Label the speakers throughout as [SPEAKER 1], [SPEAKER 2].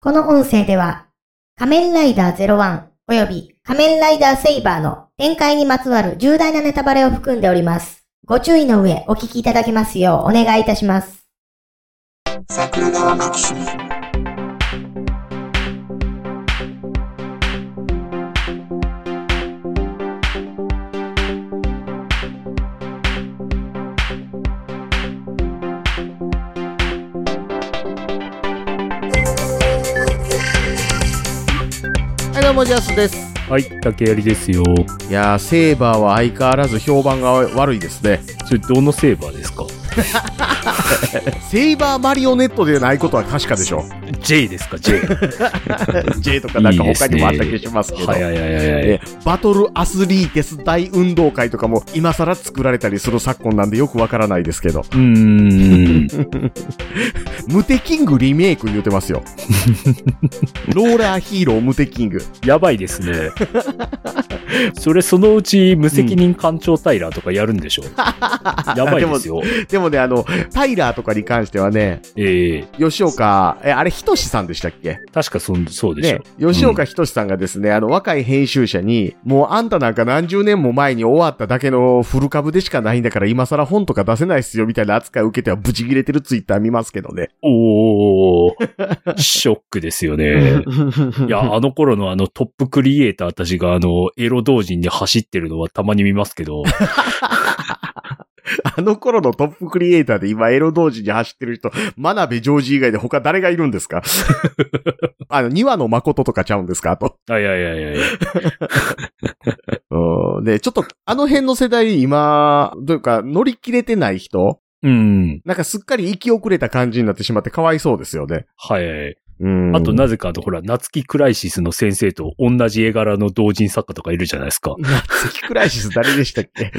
[SPEAKER 1] この音声では、仮面ライダー01及び仮面ライダーセイバーの展開にまつわる重大なネタバレを含んでおります。ご注意の上、お聞きいただけますようお願いいたします。
[SPEAKER 2] 桜川マキシム
[SPEAKER 3] はい、どうも、ジャスです。
[SPEAKER 4] はい、竹槍ですよ。
[SPEAKER 3] いやー、セーバーは相変わらず評判が悪いですね。
[SPEAKER 4] それどのセーバーですか
[SPEAKER 3] セイバーマリオネットでないことは確かでし ょ。
[SPEAKER 4] ?J ですか ?J。
[SPEAKER 3] J とかなんか他にもあった
[SPEAKER 4] いい
[SPEAKER 3] 気が
[SPEAKER 4] で
[SPEAKER 3] しますけど。
[SPEAKER 4] はいはいはいはいはい。
[SPEAKER 3] えバトルアスリーテス大運動会とかも今更作られたりする昨今なんでよくわからないですけど。
[SPEAKER 4] うーん。
[SPEAKER 3] ムテキングリメイク言うてます よ。ローラーヒーロームテキング。
[SPEAKER 4] やばいです ね。それそのうち無責任官庁タイラーとかやるんでしょ、やばいですよ。
[SPEAKER 3] でもね、あの、タイラーとかに関してはね、
[SPEAKER 4] ええ
[SPEAKER 3] 吉岡、え、あれ、ひとしさんでしたっけ
[SPEAKER 4] 確かそんそうでしょ。
[SPEAKER 3] ね、吉岡仁さんがですね、あの、若い編集者に、もうあんたなんか何十年も前に終わっただけの古株でしかないんだから、今更本とか出せないっすよ、みたいな扱いを受けてはブチ切れてるツイッター見ますけどね。
[SPEAKER 4] お ー、ショックですよね。いや、あの頃のあのトップクリエイターたちがあの、エロ同人で走ってるのはたまに見ます けど、
[SPEAKER 3] あの頃のトップクリエイターで今エロ同時に走ってる人、真鍋ジョージ以外で他誰がいるんですか あの、2話の誠とかちゃうんですかあと。
[SPEAKER 4] あいやいやいやいや、
[SPEAKER 3] うん。で、ちょっと、あの辺の世代今、というか、乗り切れてない人、
[SPEAKER 4] うん、
[SPEAKER 3] なんかすっかり生き遅れた感じになってしまってかわいそうですよね。
[SPEAKER 4] はいはい。
[SPEAKER 3] うん。。
[SPEAKER 4] あとなぜかあの、ほら、夏木クライシスの先生と同じ絵柄の同人作家とかいるじゃないですか
[SPEAKER 3] 夏木クライシス誰でしたっ け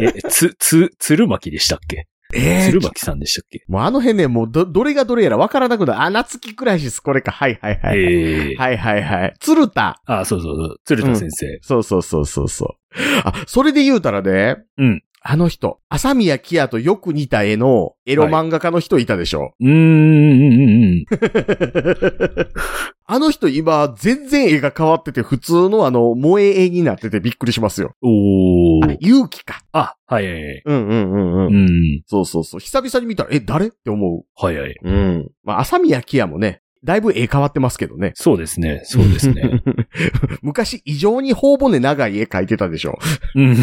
[SPEAKER 4] え、つ、つ、鶴巻でしたっけ
[SPEAKER 3] え
[SPEAKER 4] 鶴巻さんでしたっけ、
[SPEAKER 3] もうあの辺ね、もうど、どれがどれやらわからなくなる。あ、夏木クライシス、これか。はいはいはい。
[SPEAKER 4] ええ
[SPEAKER 3] はいはいはい。鶴田。
[SPEAKER 4] あ、そうそうそう。鶴田先生。
[SPEAKER 3] そうそうそうそうそう。あ、それで言うたらね。
[SPEAKER 4] うん。
[SPEAKER 3] あの人、朝宮キアとよく似た絵のエロ漫画家の人いたでし ょ、
[SPEAKER 4] うーん、うん、うん。
[SPEAKER 3] あの人今、全然絵が変わってて、普通のあの、萌え絵になっててびっくりしますよ。
[SPEAKER 4] お
[SPEAKER 3] あ
[SPEAKER 4] ー
[SPEAKER 3] れ、。勇気か。
[SPEAKER 4] あ、はいはいはい。
[SPEAKER 3] うんうんうんう。
[SPEAKER 4] うんん、
[SPEAKER 3] そうそうそう。久々に見たら、え、誰って思
[SPEAKER 4] はいはい。
[SPEAKER 3] う。うん。まあ、朝宮キアもね、だいぶ絵変わってますけどね。
[SPEAKER 4] そうですね。そうです ね。
[SPEAKER 3] 昔、異常に頬骨長い絵描いてたでしょ。
[SPEAKER 4] うん。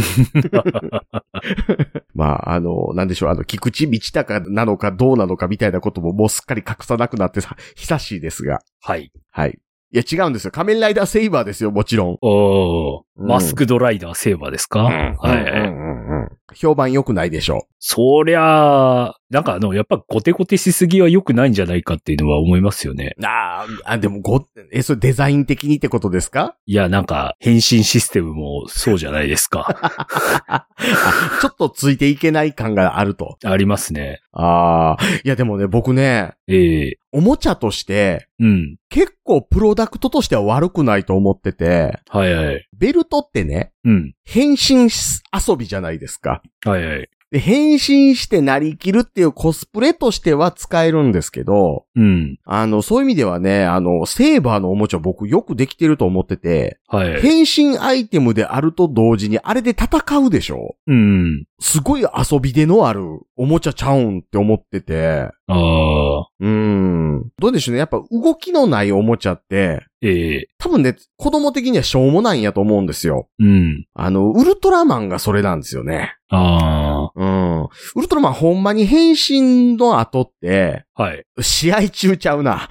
[SPEAKER 3] まあ、あの、なんでしょう、あの、菊池道隆なのかどうなのかみたいなことももうすっかり隠さなくなってさ、久しいですが。
[SPEAKER 4] はい。
[SPEAKER 3] はい。いや、違うんですよ。仮面ライダーセイバーですよ、もちろん。
[SPEAKER 4] おー。
[SPEAKER 3] うん
[SPEAKER 4] マスクドライダーセーバーですか、はいはい。
[SPEAKER 3] うんうんうん評判良くないでしょ
[SPEAKER 4] そりゃあ、なんかあの、やっぱゴテゴテしすぎは良くないんじゃないかっていうのは思いますよね。
[SPEAKER 3] う。あーあ、でもご、え、それデザイン的にってことですか
[SPEAKER 4] いや、なんか、返信システムもそうじゃないですか。
[SPEAKER 3] ちょっとついていけない感があると。
[SPEAKER 4] ありますね。
[SPEAKER 3] ああ、いやでもね、僕ね、
[SPEAKER 4] ええ
[SPEAKER 3] おもちゃとして、
[SPEAKER 4] うん。
[SPEAKER 3] 結構プロダクトとしては悪くないと思ってて、
[SPEAKER 4] はいはい。
[SPEAKER 3] ベルトってね、
[SPEAKER 4] うん。
[SPEAKER 3] 変身し遊びじゃないですか。
[SPEAKER 4] はいはい。
[SPEAKER 3] で変身してなりきるっていうコスプレとしては使えるんですけど、
[SPEAKER 4] うん。
[SPEAKER 3] あの、そういう意味ではね、あの、セーバーのおもちゃ僕よくできてると思ってて、
[SPEAKER 4] はいはい。
[SPEAKER 3] 変身アイテムであると同時にあれで戦うでしょ
[SPEAKER 4] うん。
[SPEAKER 3] すごい遊びでのあるおもちゃちゃうんって思ってて、
[SPEAKER 4] ああ、
[SPEAKER 3] うーん。どうでしょうね。やっぱ動きのないおもちゃって、
[SPEAKER 4] ええ
[SPEAKER 3] 多分ね、子供的にはしょうもないんやと思うんですよ。
[SPEAKER 4] うん。
[SPEAKER 3] あの、ウルトラマンがそれなんですよね。
[SPEAKER 4] あ
[SPEAKER 3] うん。ウルトラマンほんまに変身の後って、
[SPEAKER 4] あ、はい。
[SPEAKER 3] 試合中ちゃうな。 あ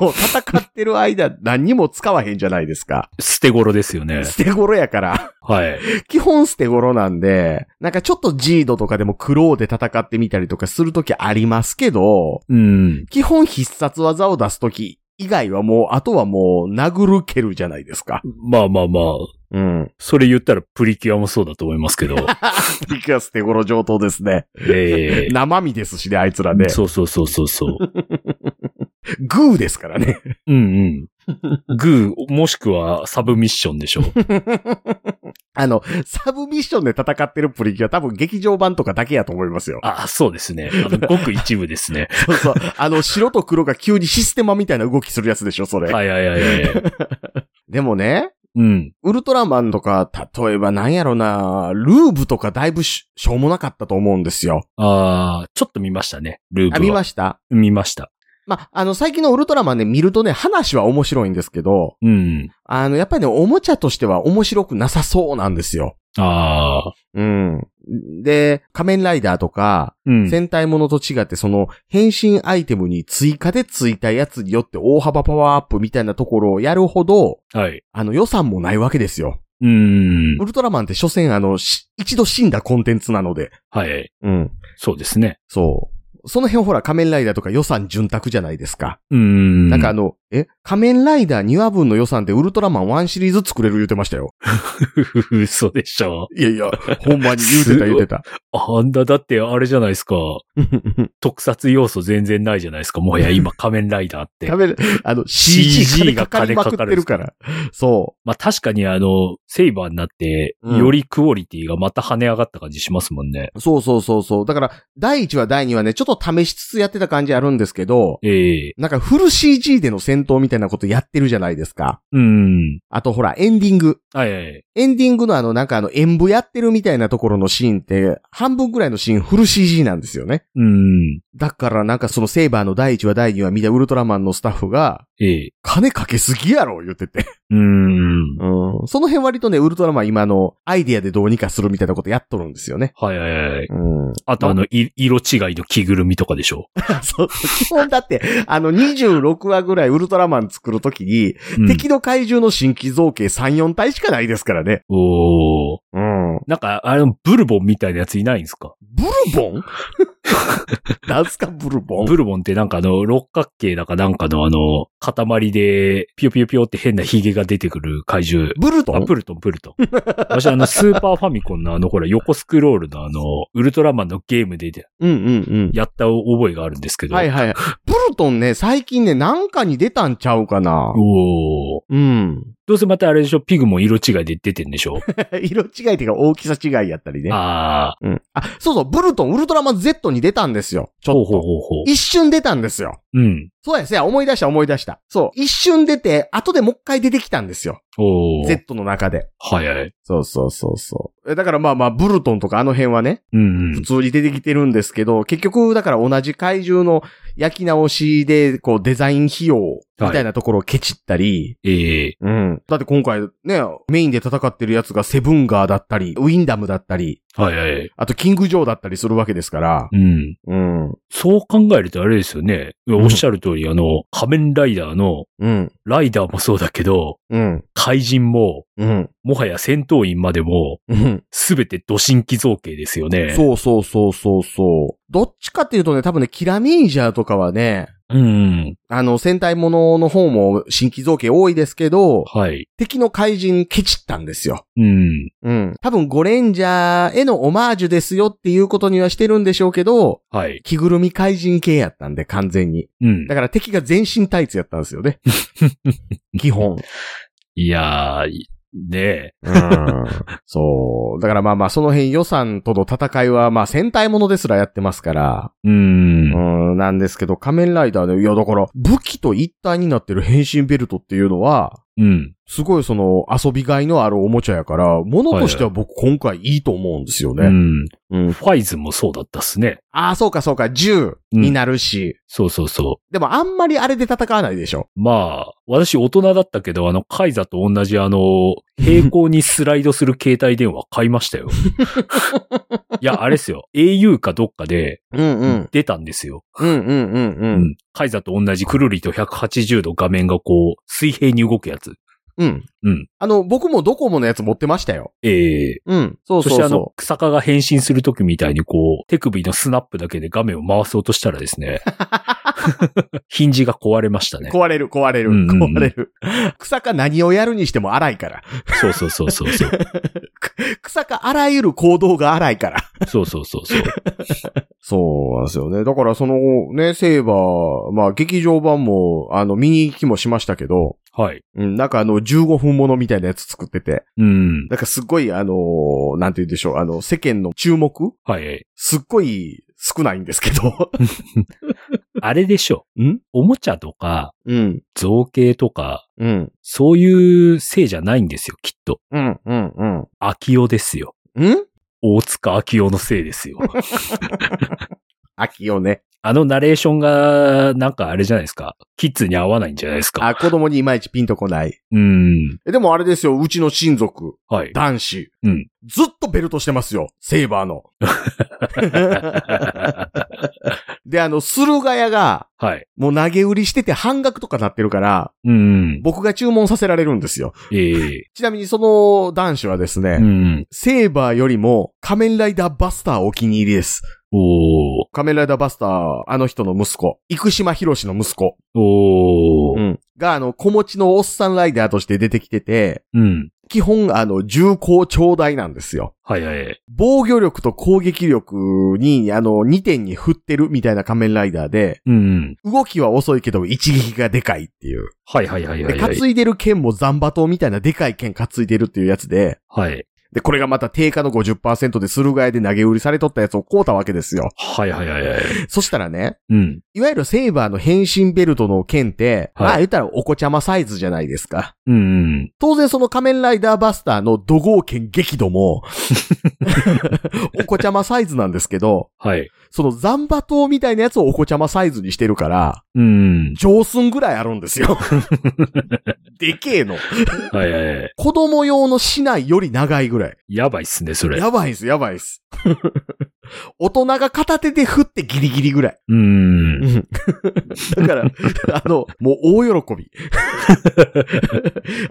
[SPEAKER 3] の、戦ってる間何にも使わへんじゃないですか。
[SPEAKER 4] 捨て頃ですよね。
[SPEAKER 3] 捨て頃やから。
[SPEAKER 4] はい。
[SPEAKER 3] 基本捨て頃なんで、なんかちょっとジードとかでもクローで戦ってみたりとかするときありますけど、
[SPEAKER 4] うん。
[SPEAKER 3] 基本必殺技を出すとき以外はもう、あとはもう殴る蹴るじゃないですか。
[SPEAKER 4] まあまあまあ、
[SPEAKER 3] うん。
[SPEAKER 4] それ言ったらプリキュアもそうだと思いますけど。
[SPEAKER 3] リクは捨て頃上等ですね。
[SPEAKER 4] ええ
[SPEAKER 3] 生身ですしね、あいつらね。
[SPEAKER 4] そうそうそうそうそう。
[SPEAKER 3] グーですからね。
[SPEAKER 4] うんうん。グー、もしくはサブミッションでしょ。
[SPEAKER 3] あの、サブミッションで戦ってるプリキュア多分劇場版とかだけやと思いますよ。
[SPEAKER 4] あ、そうですね。あの、ごく一部ですね。
[SPEAKER 3] そうそう。 あの、白と黒が急にシステマみたいな動きするやつでしょ、それ。
[SPEAKER 4] はいはいはいはい。
[SPEAKER 3] でもね、
[SPEAKER 4] うん。
[SPEAKER 3] ウルトラマンとか、例えばなんやろな、ルーブとかだいぶししょうもなかったと思うんですよ。
[SPEAKER 4] ああ、ちょっと見ましたね。ルーブ
[SPEAKER 3] あ、
[SPEAKER 4] は。
[SPEAKER 3] 見ました
[SPEAKER 4] 見ました。
[SPEAKER 3] まあ、あの、最近のウルトラマンね、見るとね、話は面白いんですけど、
[SPEAKER 4] うん。
[SPEAKER 3] あの、やっぱりね、おもちゃとしては面白くなさそうなんですよ。
[SPEAKER 4] ああ。
[SPEAKER 3] うん。で、仮面ライダーとか、
[SPEAKER 4] うん。
[SPEAKER 3] 戦隊ものと違って、その、変身アイテムに追加でついたやつによって大幅パワーアップみたいなところをやるほど、
[SPEAKER 4] はい。
[SPEAKER 3] あの、予算もないわけですよ。
[SPEAKER 4] うん
[SPEAKER 3] ウ。ルトラマンって所詮あの、し一度死んだコンテンツなので。
[SPEAKER 4] はい。
[SPEAKER 3] うん。
[SPEAKER 4] そうですね。
[SPEAKER 3] そう。その辺ほら仮面ライダーとか予算潤沢じゃないですか。
[SPEAKER 4] うん。
[SPEAKER 3] なんかあの、え仮面ライダー2話分の予算でウルトラマン1シリーズ作れる言うてましたよ。
[SPEAKER 4] 嘘でしょ。
[SPEAKER 3] いやいや、ほんまに言うてた言う てた。
[SPEAKER 4] あんな、だってあれじゃないですか。特撮要素全然ないじゃないですか。もは や今仮面ライダーって
[SPEAKER 3] 食。べる、あの、CG が
[SPEAKER 4] が
[SPEAKER 3] 金
[SPEAKER 4] 金
[SPEAKER 3] か
[SPEAKER 4] か
[SPEAKER 3] か
[SPEAKER 4] か
[SPEAKER 3] っ
[SPEAKER 4] る
[SPEAKER 3] てるから。そ
[SPEAKER 4] まあ確かにあの、セイバーになって、
[SPEAKER 3] うん
[SPEAKER 4] よりクオリティがまた跳ね上がった感じしますもんね。
[SPEAKER 3] う。そうそうそうそう。だから、第1話、第2話ね、ちょっと試しつつやってた感じあるんですけど、
[SPEAKER 4] ええ
[SPEAKER 3] なんかフル CG での戦闘みたいなことやってるじゃないですか。
[SPEAKER 4] うん。
[SPEAKER 3] あとほら、エンディング。
[SPEAKER 4] はいはい。
[SPEAKER 3] エンディングのあの、なんかあの、演舞やってるみたいなところのシーンって、半分くらいのシーンフル CG なんですよね。
[SPEAKER 4] うん。
[SPEAKER 3] だからなんかそのセイバーの第1話、第2話見たウルトラマンのスタッフが、
[SPEAKER 4] ええ
[SPEAKER 3] 金かけすぎやろ言ってて。
[SPEAKER 4] うん。
[SPEAKER 3] うん。その辺割とね、ウルトラマン今あの、アイディアでどうにかするみたいなことやっとるんですよね。
[SPEAKER 4] はいはいはい。
[SPEAKER 3] うん。
[SPEAKER 4] あとあの、い色違いの着ぐるみとかで しょ。
[SPEAKER 3] そう、基本だって、あの、26話ぐらいウルトラマン作るときに、
[SPEAKER 4] うん
[SPEAKER 3] 敵の怪獣の新規造形3、4体しかないですからね。
[SPEAKER 4] おー
[SPEAKER 3] うん。
[SPEAKER 4] なんか、あの、ブルボンみたいなやついないんですか
[SPEAKER 3] ブルボンなんすか、ブルボン
[SPEAKER 4] ブルボンってなんかあの、六角形だかなんかのあの、塊で、ピヨピヨピヨって変なヒゲが出てくる怪獣。
[SPEAKER 3] ブルト
[SPEAKER 4] あ、
[SPEAKER 3] ン
[SPEAKER 4] プルトン、プルトン。 私あの、スーパーファミコンのあの、ほら、横スクロールのあの、ウルトラマンのゲームで
[SPEAKER 3] うんうん
[SPEAKER 4] やった覚えがあるんですけ
[SPEAKER 3] うん。
[SPEAKER 4] ど。
[SPEAKER 3] はいはいはい。ブルトンね、最近ね、なんかに出たんちゃうかな。
[SPEAKER 4] おー
[SPEAKER 3] うん。
[SPEAKER 4] どうせまたあれでしょピグも色違いで出てんでしょ
[SPEAKER 3] 色違いっていうか大きさ違いやったりね。
[SPEAKER 4] ああ。
[SPEAKER 3] うん。あ、そうそう、ブルトン、ウルトラマン Z に出たんですよ。ちょっ
[SPEAKER 4] ほう
[SPEAKER 3] と。
[SPEAKER 4] ほうほうほ
[SPEAKER 3] 一瞬出たんですよ。
[SPEAKER 4] う。うん。
[SPEAKER 3] そうや、そうや、思い出した、思い出した。そう。一瞬出て、後でもう一回出てきたんですよ。
[SPEAKER 4] おお。
[SPEAKER 3] Z の中で。
[SPEAKER 4] 早い。
[SPEAKER 3] そうそうそうそう。えだからまあまあ、ブルトンとかあの辺はね、
[SPEAKER 4] うんう
[SPEAKER 3] 普
[SPEAKER 4] ん。
[SPEAKER 3] 通に出てきてるんですけど、結局、だから同じ怪獣の焼き直しで、こう、デザイン費用みたいなところをケチったり、
[SPEAKER 4] ええ
[SPEAKER 3] うん。だって今回ね、メインで戦ってるやつがセブンガーだったり、ウィンダムだったり、
[SPEAKER 4] はいはい。
[SPEAKER 3] あとキングジョーだったりするわけですから
[SPEAKER 4] う、ん。
[SPEAKER 3] うん。
[SPEAKER 4] そう考えるとあれですよね。
[SPEAKER 3] ん
[SPEAKER 4] おっしゃる通り、あの、仮面ライダーの、
[SPEAKER 3] うん。
[SPEAKER 4] ライダーもそうだけど、
[SPEAKER 3] うん。
[SPEAKER 4] 怪人も、
[SPEAKER 3] うん。
[SPEAKER 4] もはや戦闘員までも、
[SPEAKER 3] うん。
[SPEAKER 4] すべて土神器造形ですよね。
[SPEAKER 3] そうそうそうそうそう。どっちかっていうとね、多分ね、キラミンジャーとかはね、
[SPEAKER 4] う。うん。
[SPEAKER 3] あの、戦隊ものの方も新規造形多いですけど、
[SPEAKER 4] はい。
[SPEAKER 3] 敵の怪人ケチったんですよ。
[SPEAKER 4] うん。
[SPEAKER 3] うん。多分ゴレンジャーへのオマージュですよっていうことにはしてるんでしょうけど、
[SPEAKER 4] はい。
[SPEAKER 3] 着ぐるみ怪人系やったんで、完全に。
[SPEAKER 4] うん
[SPEAKER 3] だ。から敵が全身タイツやったんですよね。基本。
[SPEAKER 4] いやー、いねえ。
[SPEAKER 3] うん。そう。だからまあまあ、その辺予算との戦いは、まあ戦隊ものですらやってますから、
[SPEAKER 4] うん。
[SPEAKER 3] うん、なんですけど、仮面ライダーで、いや、だから、武器と一体になってる変身ベルトっていうのは、
[SPEAKER 4] うん。
[SPEAKER 3] すごいその、遊びがいのあるおもちゃやから、ものとしては僕今回いいと思うんですよ
[SPEAKER 4] う
[SPEAKER 3] ね。
[SPEAKER 4] ん。
[SPEAKER 3] うん。
[SPEAKER 4] ファイズもそうだったっすね。
[SPEAKER 3] ああ、そうかそうか、銃になるし、
[SPEAKER 4] そうそうそう。
[SPEAKER 3] でもあんまりあれで戦わないでしょ。
[SPEAKER 4] まあ、私大人だったけど、あの、カイザと同じあの、平行にスライドする携帯電話買いま したよ。いや、あれっすよ。au かどっかで
[SPEAKER 3] うんうん。
[SPEAKER 4] 出たんですよ。
[SPEAKER 3] うんうんうんう。。
[SPEAKER 4] うんカイザと同じくるりと180度画面がこう、水平に動くやつ。
[SPEAKER 3] うん。
[SPEAKER 4] うん。
[SPEAKER 3] あの、僕もドコモのやつ持ってましたよ。
[SPEAKER 4] ええ
[SPEAKER 3] うん。そう
[SPEAKER 4] そ
[SPEAKER 3] そ
[SPEAKER 4] し
[SPEAKER 3] う
[SPEAKER 4] て
[SPEAKER 3] そ
[SPEAKER 4] あ
[SPEAKER 3] う。
[SPEAKER 4] の、草加が変身するときみたいにこう、手首のスナップだけで画面を回そうとしたらで すね、 ヒンジが壊れましたね。
[SPEAKER 3] 壊れる、壊れる、
[SPEAKER 4] うんうんうん
[SPEAKER 3] 壊れる。草か何をやるにしても荒いから。
[SPEAKER 4] そうそうそうそうそう。
[SPEAKER 3] 草かあらゆる行動が荒いから。
[SPEAKER 4] そうそうそうそう。
[SPEAKER 3] そうなんですよね。だからそのね、セイバー、まあ劇場版も、あの、見に行きもしましたけど、
[SPEAKER 4] はい。
[SPEAKER 3] うん、なんかあの、15分ものみたいなやつ作ってて、
[SPEAKER 4] うん。
[SPEAKER 3] なんかすっごいあのーなんて言うんでしょう、あの、世間の注目
[SPEAKER 4] はい。
[SPEAKER 3] すっごい少ないんですけど。
[SPEAKER 4] あれでしょ。
[SPEAKER 3] ん
[SPEAKER 4] おもちゃとか、
[SPEAKER 3] うん、
[SPEAKER 4] 造形とか、
[SPEAKER 3] うん、
[SPEAKER 4] そういうせいじゃないんですよ、きっと。
[SPEAKER 3] うん、うん、うん。
[SPEAKER 4] 秋代ですよ。
[SPEAKER 3] うん
[SPEAKER 4] 大塚秋代のせい ですよ。
[SPEAKER 3] 秋よね。
[SPEAKER 4] あのナレーションが、なんかあれじゃないですか。キッズに合わないんじゃないですか。
[SPEAKER 3] あ、子供にいまいちピンとこない。
[SPEAKER 4] うん。
[SPEAKER 3] えでもあれですよ、うちの親族、
[SPEAKER 4] はい。
[SPEAKER 3] 男子。
[SPEAKER 4] うん。
[SPEAKER 3] ずっとベルトしてますよ、セイバーの。で、あの、駿河屋が、
[SPEAKER 4] はい。
[SPEAKER 3] もう投げ売りしてて半額とかなってるから、
[SPEAKER 4] うん。
[SPEAKER 3] 僕が注文させられるんですよ。
[SPEAKER 4] ええ
[SPEAKER 3] ちなみにその男子はですね、
[SPEAKER 4] うん。
[SPEAKER 3] セーバーよりも仮面ライダーバスターお気に入りです。
[SPEAKER 4] おー。
[SPEAKER 3] 仮面ライダーバスター、あの人の息子、生島博士の息子、
[SPEAKER 4] お
[SPEAKER 3] う
[SPEAKER 4] ー。
[SPEAKER 3] ん、があの、子持ちのおっさんライダーとして出てきてて、
[SPEAKER 4] うん。
[SPEAKER 3] 基本あの、重厚長大なんですよ。
[SPEAKER 4] はいはい。
[SPEAKER 3] 防御力と攻撃力に、あの、2点に振ってるみたいな仮面ライダーで、
[SPEAKER 4] うん。
[SPEAKER 3] 動きは遅いけど一撃がでかいっていう。
[SPEAKER 4] はいはいはいは
[SPEAKER 3] で、
[SPEAKER 4] いはい。
[SPEAKER 3] 担いでる剣もザンバ刀みたいなでかい剣担いでるっていうやつで、
[SPEAKER 4] はい。
[SPEAKER 3] で、これがまた定価の50%で駿河屋で投げ売りされとったやつを買うたわけですよ。
[SPEAKER 4] はいはいはい はい。
[SPEAKER 3] そしたらね、
[SPEAKER 4] うん。
[SPEAKER 3] いわゆるセイバーの変身ベルトの剣って、
[SPEAKER 4] はい
[SPEAKER 3] まあ言ったらお子ちゃまサイズじゃないですか。
[SPEAKER 4] うん。
[SPEAKER 3] 当然その仮面ライダーバスターの怒号剣激怒 も、お子ちゃまサイズなんですけど、
[SPEAKER 4] はい。
[SPEAKER 3] そのザンバ刀みたいなやつをお子ちゃまサイズにしてるから、
[SPEAKER 4] うん。
[SPEAKER 3] 上寸ぐらいあるんです よ。でけえの。
[SPEAKER 4] はいはいはい。
[SPEAKER 3] 子供用の市内より長いぐらい。
[SPEAKER 4] やばいっすね、それ。
[SPEAKER 3] やばいっす、やばいっ す。大人が片手で振ってギリギリぐらい。
[SPEAKER 4] うん。
[SPEAKER 3] だ から、あの、もう大喜び。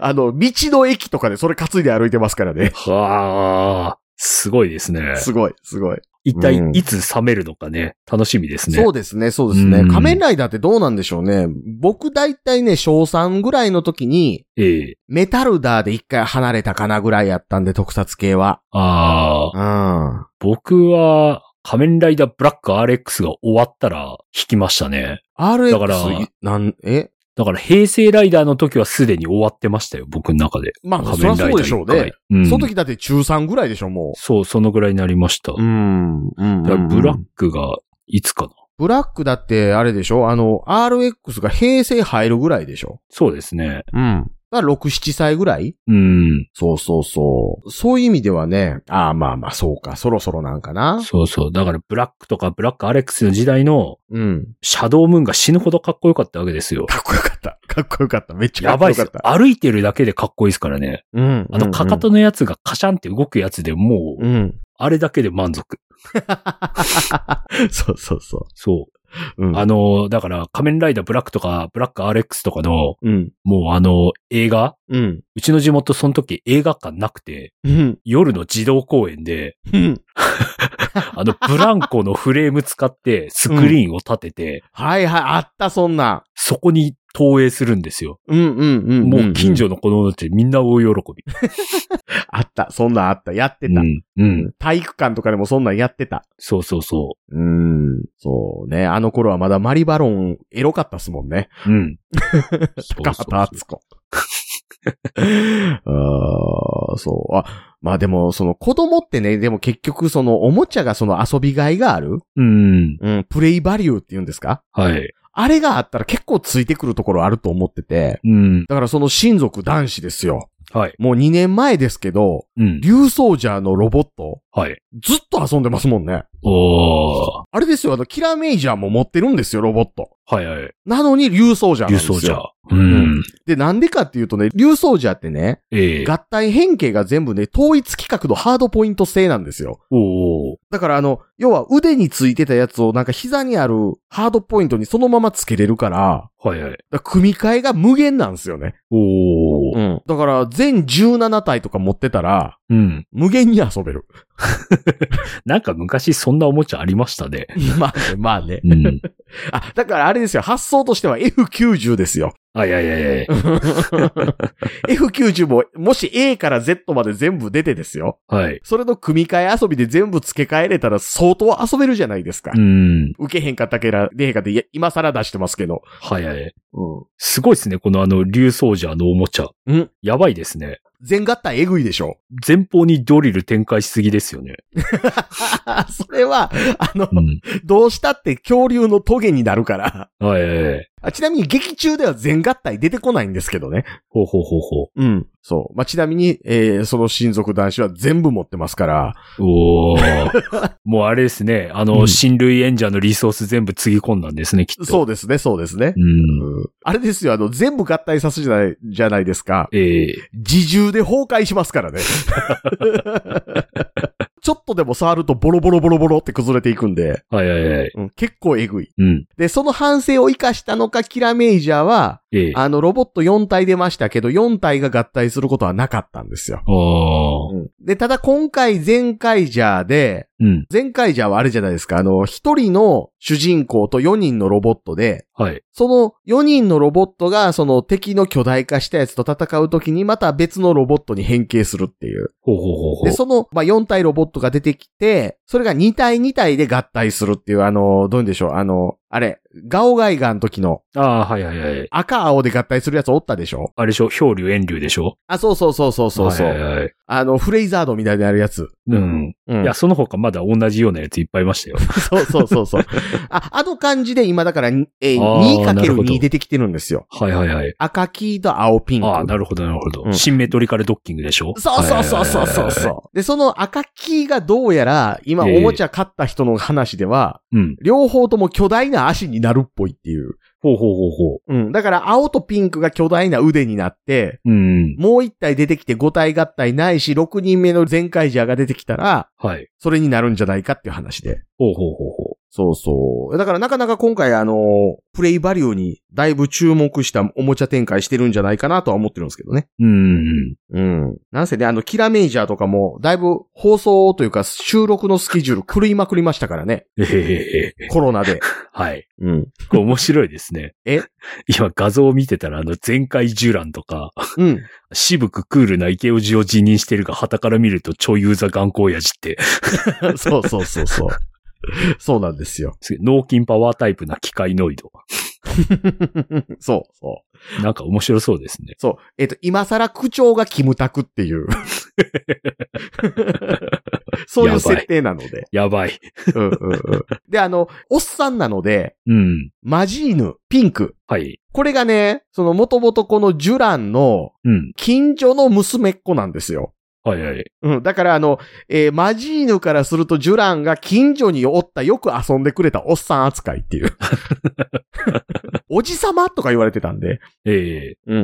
[SPEAKER 3] あの、道の駅とかでそれ担いで歩いてますからね。
[SPEAKER 4] はあ。すごいですね。
[SPEAKER 3] すごい、すごい。
[SPEAKER 4] 一体
[SPEAKER 3] うん
[SPEAKER 4] いつ冷めるのかね。楽しみですね。
[SPEAKER 3] そうですね、そうですね
[SPEAKER 4] う。ん
[SPEAKER 3] 仮面ライダーってどうなんでしょうね。僕大体ね、小3ぐらいの時に、
[SPEAKER 4] ええ
[SPEAKER 3] メタルダーで一回離れたかなぐらいやったんで、特撮系は。
[SPEAKER 4] ああ。
[SPEAKER 3] うん。
[SPEAKER 4] 僕は、仮面ライダーブラック RX が終わったら引きましたね。
[SPEAKER 3] RX、
[SPEAKER 4] だから
[SPEAKER 3] なん、え
[SPEAKER 4] だから平成ライダーの時はすでに終わってましたよ、僕の中で。
[SPEAKER 3] まあ、
[SPEAKER 4] 仮
[SPEAKER 3] そりゃ
[SPEAKER 4] 面
[SPEAKER 3] そ
[SPEAKER 4] ライ
[SPEAKER 3] う
[SPEAKER 4] ダー
[SPEAKER 3] でしょう
[SPEAKER 4] 一回
[SPEAKER 3] ね。。
[SPEAKER 4] うん、
[SPEAKER 3] その時だって中3ぐらいでしょ、もう。
[SPEAKER 4] そう、そのぐらいになりました。
[SPEAKER 3] うん。うん
[SPEAKER 4] だからブラ
[SPEAKER 3] う
[SPEAKER 4] ッ
[SPEAKER 3] ん
[SPEAKER 4] クがいつかな。
[SPEAKER 3] ブラックだって、あれでしょあの、RX が平成入るぐらいでしょ
[SPEAKER 4] そうですね。
[SPEAKER 3] うん。だから6、7歳ぐらい
[SPEAKER 4] うん。
[SPEAKER 3] そうそうそう。そういう意味ではね、ああまあまあそうか、そろそろなんかな。
[SPEAKER 4] そうそう。だからブラックとかブラック RX の時代の
[SPEAKER 3] うん。
[SPEAKER 4] シャドウムーンが死ぬほどかっこよかったわけです よ。
[SPEAKER 3] かっこよかった。かっこよかった。めっちゃか
[SPEAKER 4] や
[SPEAKER 3] っこ
[SPEAKER 4] ばい
[SPEAKER 3] よ
[SPEAKER 4] っす
[SPEAKER 3] かった。。
[SPEAKER 4] よ歩いてるだけでかっこいいですからね。
[SPEAKER 3] うん。
[SPEAKER 4] あの、かかとのやつがカシャンって動くやつでもう
[SPEAKER 3] う、ん。
[SPEAKER 4] あれだけで満足。
[SPEAKER 3] そうそうそ
[SPEAKER 4] そう。
[SPEAKER 3] う。うん。
[SPEAKER 4] あの、だから、仮面ライダーブラックとか、ブラック RX とかの、
[SPEAKER 3] うん。
[SPEAKER 4] もうあの、映画
[SPEAKER 3] うん。
[SPEAKER 4] うちの地元その時映画館なくて、
[SPEAKER 3] うん。
[SPEAKER 4] 夜の児童公 園で、
[SPEAKER 3] うん。
[SPEAKER 4] あの、ブランコのフレーム使って、スクリーンを立てて、
[SPEAKER 3] はいはい、あった、そんなん。
[SPEAKER 4] そこに投影するんですよ。
[SPEAKER 3] うんうんうんん。
[SPEAKER 4] もう近。所の子供たちみんな大喜び。
[SPEAKER 3] あった、そんなんあった。やってた
[SPEAKER 4] う。ん。うん。
[SPEAKER 3] 体育館とかでもそんなんやってた。
[SPEAKER 4] そうそうそう
[SPEAKER 3] ーん。そうね。あの頃はまだマリバロン、エロかったっすもんね。
[SPEAKER 4] う。 うん。そう
[SPEAKER 3] 高
[SPEAKER 4] そう
[SPEAKER 3] 畑
[SPEAKER 4] そう
[SPEAKER 3] 敦子。 あーそう。あ、まあでも、その子供ってね、でも結局そのおもちゃがその遊びがいがある
[SPEAKER 4] うん。
[SPEAKER 3] うん、プレイバリューって言うんですか
[SPEAKER 4] はい。
[SPEAKER 3] あれがあったら結構ついてくるところあると思ってて。
[SPEAKER 4] うん。
[SPEAKER 3] だからその親族男子ですよ。
[SPEAKER 4] はい。
[SPEAKER 3] もう2年前ですけど、
[SPEAKER 4] うん。
[SPEAKER 3] 竜ソージャーのロボット、
[SPEAKER 4] はい。
[SPEAKER 3] ずっと遊んでますもんね。
[SPEAKER 4] おー。
[SPEAKER 3] あれですよ、あの、キラーメイジャーも持ってるんですよ、ロボット。
[SPEAKER 4] はいはい。
[SPEAKER 3] なのに、竜ソージャーなんで
[SPEAKER 4] 輸
[SPEAKER 3] すよ。
[SPEAKER 4] 送じゃ。うん。
[SPEAKER 3] で、なんでかっていうとね、竜ソージャーってね、
[SPEAKER 4] ええ。
[SPEAKER 3] 合体変形が全部ね、統一規格のハードポイント制なんですよ。
[SPEAKER 4] おー。
[SPEAKER 3] だからあの、要は腕についてたやつをなんか膝にあるハードポイントにそのままつけれるから、
[SPEAKER 4] はいは
[SPEAKER 3] だ
[SPEAKER 4] い。
[SPEAKER 3] から組み替えが無限なんですよね。
[SPEAKER 4] おー。
[SPEAKER 3] ん。だから全17体とか持ってたら、
[SPEAKER 4] うん。
[SPEAKER 3] 無限に遊べる。
[SPEAKER 4] なんか昔そんなおもちゃありましたね。
[SPEAKER 3] まあね、まあね
[SPEAKER 4] う。ん。
[SPEAKER 3] あ、だからあれですよ、発想としては F90 ですよ。
[SPEAKER 4] あ、いやいやいやいや
[SPEAKER 3] F90 も、もし A から Z まで全部出てですよ。
[SPEAKER 4] はい。
[SPEAKER 3] それの組み替え遊びで全部付け替えれたら相当遊べるじゃないですか。
[SPEAKER 4] うん。
[SPEAKER 3] 受けへんかったけら、出へんかって、いや今更出してますけど。
[SPEAKER 4] はいはい。
[SPEAKER 3] うん。
[SPEAKER 4] すごいですね、このあの、竜奏者のおもちゃ。
[SPEAKER 3] うん。
[SPEAKER 4] やばいですね。
[SPEAKER 3] 全合体えぐいでしょ。
[SPEAKER 4] 前方にドリル展開しすぎですよね。
[SPEAKER 3] それは、あの、
[SPEAKER 4] うん。
[SPEAKER 3] どうしたって恐竜のトゲになるから。
[SPEAKER 4] はいはいはい。
[SPEAKER 3] あちなみに劇中では全合体出てこないんですけどね。
[SPEAKER 4] ほうほうほうほ
[SPEAKER 3] うん。そう。まあ、ちなみに、えーその親族男子は全部持ってますから。
[SPEAKER 4] う。おーもうあれですね、あの、
[SPEAKER 3] うん
[SPEAKER 4] 親類演者のリソース全部つぎ込んだんですね、きっと。
[SPEAKER 3] そうですね、そうですね
[SPEAKER 4] う。ん。
[SPEAKER 3] うんあれですよ、あの、全部合体さすじゃない、じゃないですか。
[SPEAKER 4] ええ
[SPEAKER 3] 自重で崩壊しますからね。 ちょっとでも触るとボロボロボロボロって崩れていくんで、
[SPEAKER 4] はいはいはい。
[SPEAKER 3] うん結構えぐい。
[SPEAKER 4] うん。
[SPEAKER 3] で、その反省を生かしたのか、キラメイジャーは、
[SPEAKER 4] ええあ
[SPEAKER 3] あの、ロボット4体出ましたけど、4体が合体することはなかったんですよ。
[SPEAKER 4] あー。
[SPEAKER 3] で、ただ今回、前回ジャーで、
[SPEAKER 4] うん。
[SPEAKER 3] 前回ジャーはあれじゃないですか、あの、一人の主人公と4人のロボットで、
[SPEAKER 4] はい。
[SPEAKER 3] その4人のロボットが、その敵の巨大化したやつと戦うときに、また別のロボットに変形するっていう。
[SPEAKER 4] ほうほうほうほう。
[SPEAKER 3] で、その、まあ、4体ロボットが出てきて、それが2体2体で合体するっていう、あの、どういうんでしょう、あの、あれ、ガオガイガーの時の
[SPEAKER 4] ああー、はいはいはい。
[SPEAKER 3] 赤青で合体するやつおったでしょ
[SPEAKER 4] あれでしょ漂流遠流でしょ
[SPEAKER 3] あ、そうそうそうそうそうそう、
[SPEAKER 4] はいはいはい
[SPEAKER 3] あの、フレイザードみたいになるやつ。
[SPEAKER 4] うん。
[SPEAKER 3] うん
[SPEAKER 4] いや、その他まだ同じようなやついっぱいいましたよ。
[SPEAKER 3] そうそうそう そう。あ、あの感じで今だから、えー、
[SPEAKER 4] あーなるほ
[SPEAKER 3] 2×2
[SPEAKER 4] ど
[SPEAKER 3] 出てきてるんですよ。
[SPEAKER 4] はいはいはい。
[SPEAKER 3] 赤黄と青ピンク。
[SPEAKER 4] ああ、なるほどなるほど、
[SPEAKER 3] うん
[SPEAKER 4] シンメトリカルドッキングでしょ
[SPEAKER 3] そうそうそうそうそうそう。で、その赤黄がどうやら、今
[SPEAKER 4] ええ
[SPEAKER 3] おもちゃ買った人の話では、
[SPEAKER 4] う。うん。
[SPEAKER 3] 両方とも巨大な足になるっぽいっていう。
[SPEAKER 4] ほうほうほうほ
[SPEAKER 3] うん。だから青とピンクが巨大な腕になって、
[SPEAKER 4] う。うん。
[SPEAKER 3] もう一体出てきて5体合体ないし、6人目の全怪獣が出てきたら、
[SPEAKER 4] はい。
[SPEAKER 3] それになるんじゃないかっていう話で。
[SPEAKER 4] ほうほうほうほう。
[SPEAKER 3] そうそう。だからなかなか今回あの、プレイバリューにだいぶ注目したおもちゃ展開してるんじゃないかなとは思ってるんですけどね。
[SPEAKER 4] うん。
[SPEAKER 3] うん。なんせね、あの、キラメイジャーとかも、だいぶ放送というか収録のスケジュール狂いまくりましたからね。
[SPEAKER 4] えへへへ。
[SPEAKER 3] コロナで。
[SPEAKER 4] はい。
[SPEAKER 3] うん。
[SPEAKER 4] これ面白いですね。
[SPEAKER 3] え
[SPEAKER 4] 今画像を見てたら、あの、全開ジュランとか、
[SPEAKER 3] うん。
[SPEAKER 4] 渋くクールな池尾寺を辞任してるが、旗から見ると超ユーザー頑固親父って、
[SPEAKER 3] そうそうそうそう。そうなんですよ。
[SPEAKER 4] すげえ脳筋パワータイプな機械ノイド。
[SPEAKER 3] そう、そう。
[SPEAKER 4] なんか面白そうですね。
[SPEAKER 3] そう。えっ、と、今更口調がキムタクって いう。そういう設定なので。
[SPEAKER 4] やばい。
[SPEAKER 3] うんうんうん。で、あの、おっさんなので、
[SPEAKER 4] うん。
[SPEAKER 3] マジーヌ、ピンク。
[SPEAKER 4] はい。
[SPEAKER 3] これがね、その元々このジュランの
[SPEAKER 4] うん。
[SPEAKER 3] 近所の娘っ子なんですよ。
[SPEAKER 4] はいはい。
[SPEAKER 3] うん。だからあの、えーマジーヌからするとジュランが近所におったよく遊んでくれたおっさん扱いって いう。おじさまとか言われてたんで。
[SPEAKER 4] ええ
[SPEAKER 3] うんう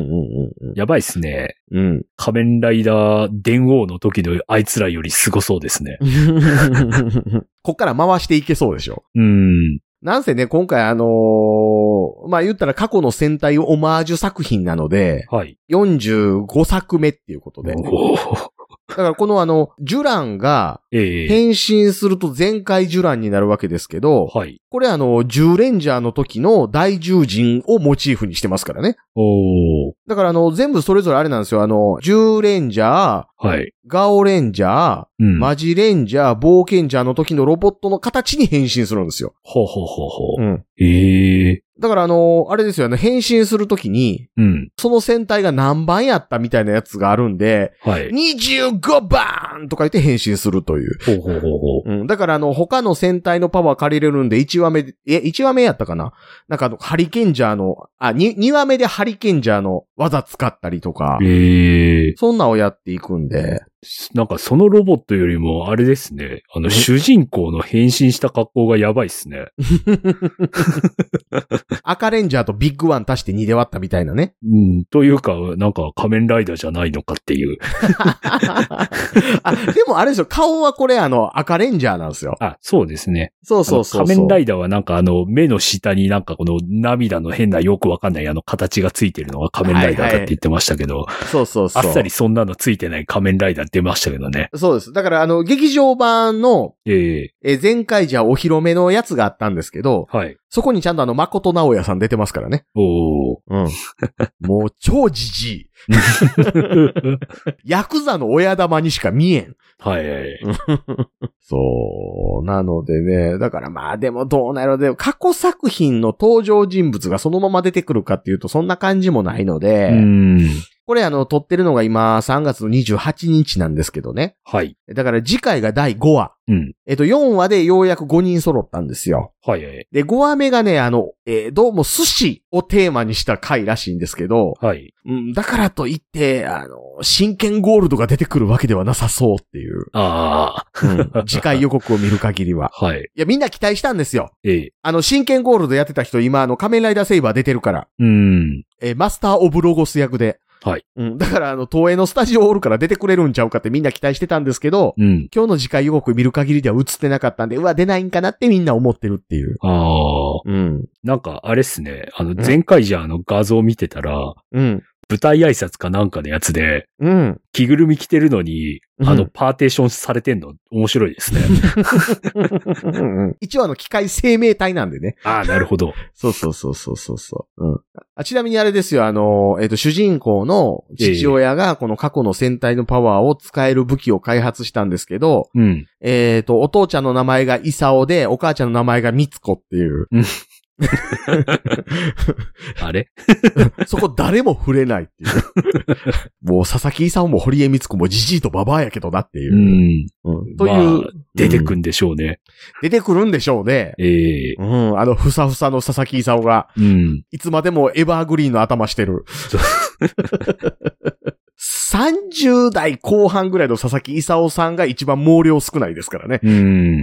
[SPEAKER 3] んうん
[SPEAKER 4] やばいっすね。
[SPEAKER 3] うん。
[SPEAKER 4] 仮面ライダー、電王の時のあいつらより凄そうですね。
[SPEAKER 3] うん。 こっから回していけそうでしょ。
[SPEAKER 4] うん。
[SPEAKER 3] なんせね、今回あのーまあ、言ったら過去の戦隊オマージュ作品なので、
[SPEAKER 4] はい。
[SPEAKER 3] 45作目っていうことで。
[SPEAKER 4] おー
[SPEAKER 3] だからこのあの、ジュランが
[SPEAKER 4] ええ
[SPEAKER 3] 変身すると全開ジュランになるわけですけど、
[SPEAKER 4] はい。
[SPEAKER 3] これあの、10レンジャーの時の大獣人をモチーフにしてますからね。
[SPEAKER 4] おー
[SPEAKER 3] だからあの、全部それぞれあれなんですよ。あの、10レンジャー、
[SPEAKER 4] はい。
[SPEAKER 3] ガオレンジャー、
[SPEAKER 4] うん。
[SPEAKER 3] マジレンジャー、冒険ジャーの時のロボットの形に変身するんですよ。
[SPEAKER 4] ほうほうほうほう。
[SPEAKER 3] ん。
[SPEAKER 4] ええ
[SPEAKER 3] だからあの、あれですよね、変身する時に、
[SPEAKER 4] うん。
[SPEAKER 3] その戦隊が何番やったみたいなやつがあるんで、
[SPEAKER 4] はい。
[SPEAKER 3] 25番とか言って変身するという。
[SPEAKER 4] ほうほうほうほう。
[SPEAKER 3] うん。だから、あの、他の戦隊のパワー借りれるんで、1話目で、え、1話目やったかななんかあの、ハリケンジャーの、あ、2、2話目でハリケンジャーの技使ったりとか、
[SPEAKER 4] ええ
[SPEAKER 3] そんなんをやっていくん で、
[SPEAKER 4] なんかそのロボットよりも、あれですね。あの、主人公の変身した格好がやばいっすね。
[SPEAKER 3] 赤レンジャーとビッグワン足して2で割ったみたいな ね。
[SPEAKER 4] うん。というか、なんか仮面ライダーじゃないのかっていう。
[SPEAKER 3] あ、でもあれですよ、顔はこれあの、赤レンジャーなんですよ。
[SPEAKER 4] あ、そうですね。
[SPEAKER 3] そうそうそうそう。
[SPEAKER 4] あの仮面ラ
[SPEAKER 3] イ
[SPEAKER 4] イダーはなんかあの、目の下になんかこの涙の変なよくわかんないあの形がついてるのが仮面ライダーだって言ってましたけど、
[SPEAKER 3] ダー。そうそうそう。
[SPEAKER 4] あっさり。そんなのついてない仮面ライダー出ましたけどね。
[SPEAKER 3] そうです。だからあの、劇場版の、
[SPEAKER 4] ええ
[SPEAKER 3] えー前回じゃお披露目のやつがあったんですけど、
[SPEAKER 4] はい。
[SPEAKER 3] そこにちゃんとあの、誠直也さん出てますからね。
[SPEAKER 4] おー。
[SPEAKER 3] うん。 もう、超じじい。ヤクザの親玉にしか見えん。
[SPEAKER 4] はいはい。
[SPEAKER 3] そう。なのでね、だからまあでもどうなので、過去作品の登場人物がそのまま出てくるかっていうとそんな感じもないので、
[SPEAKER 4] うん。
[SPEAKER 3] これあの、撮ってるのが今3月の28日なんですけどね。
[SPEAKER 4] はい。
[SPEAKER 3] だから次回が第5話。
[SPEAKER 4] うん。
[SPEAKER 3] えっと、4話でようやく5人揃ったんですよ。
[SPEAKER 4] はいはい。
[SPEAKER 3] で、5話目がね、あの、えーどうも寿司をテーマにした回らしいんですけど、
[SPEAKER 4] はい。
[SPEAKER 3] うん、だからといって、あの、真剣ゴールドが出てくるわけではなさそうっていう、
[SPEAKER 4] あ
[SPEAKER 3] 次回予告を見る限りは。
[SPEAKER 4] あ。はい。
[SPEAKER 3] いや、みんな期待したんですよ。
[SPEAKER 4] ええ。
[SPEAKER 3] あの、真剣ゴールドやってた人、今、あの、仮面ライダーセイバー出てるから、
[SPEAKER 4] うん。
[SPEAKER 3] えーマスター・オブ・ロゴス役で。
[SPEAKER 4] はい。
[SPEAKER 3] うん、だから、あの、東映のスタジオおるから出てくれるんちゃうかってみんな期待してたんですけど、
[SPEAKER 4] うん。
[SPEAKER 3] 今日の次回予告見る限りでは映ってなかったんで、うわ、出ないんかなってみんな思ってるっていう。
[SPEAKER 4] ああ。
[SPEAKER 3] うん。
[SPEAKER 4] なんか、あれっすね。あの、前回じゃあの画像見てたら、
[SPEAKER 3] うん。
[SPEAKER 4] 舞台挨拶かなんかのやつで、
[SPEAKER 3] うん。
[SPEAKER 4] 着ぐるみ着てるのに、
[SPEAKER 3] うん
[SPEAKER 4] あの、パーテーションされてんの、面白いですね。
[SPEAKER 3] 一応あの、機械生命体なんでね。
[SPEAKER 4] ああ、なるほど。
[SPEAKER 3] そうそうそうそうそうそう、うんあ。ちなみにあれですよ、あの、えっ、と、主人公の父親がこの過去の戦隊のパワーを使える武器を開発したんですけど、
[SPEAKER 4] うん。
[SPEAKER 3] えっ、と、お父ちゃんの名前がイサオで、お母ちゃんの名前がミツコっていう
[SPEAKER 4] う。んあれ
[SPEAKER 3] そこ誰も触れないっていう。もう佐々木イサオも堀江光子もじじいとババアやけどなっていうう。
[SPEAKER 4] ん。
[SPEAKER 3] うんという、
[SPEAKER 4] まあ出てく
[SPEAKER 3] うん
[SPEAKER 4] んでしょうね。
[SPEAKER 3] 出てくるんでしょうね。
[SPEAKER 4] ええ
[SPEAKER 3] うん、あの、ふさふさの佐々木イサオが、
[SPEAKER 4] うん。
[SPEAKER 3] いつまでもエバーグリーンの頭してる。30代後半ぐらいの佐々木勲さんが一番毛量少ないですからね。
[SPEAKER 4] うん。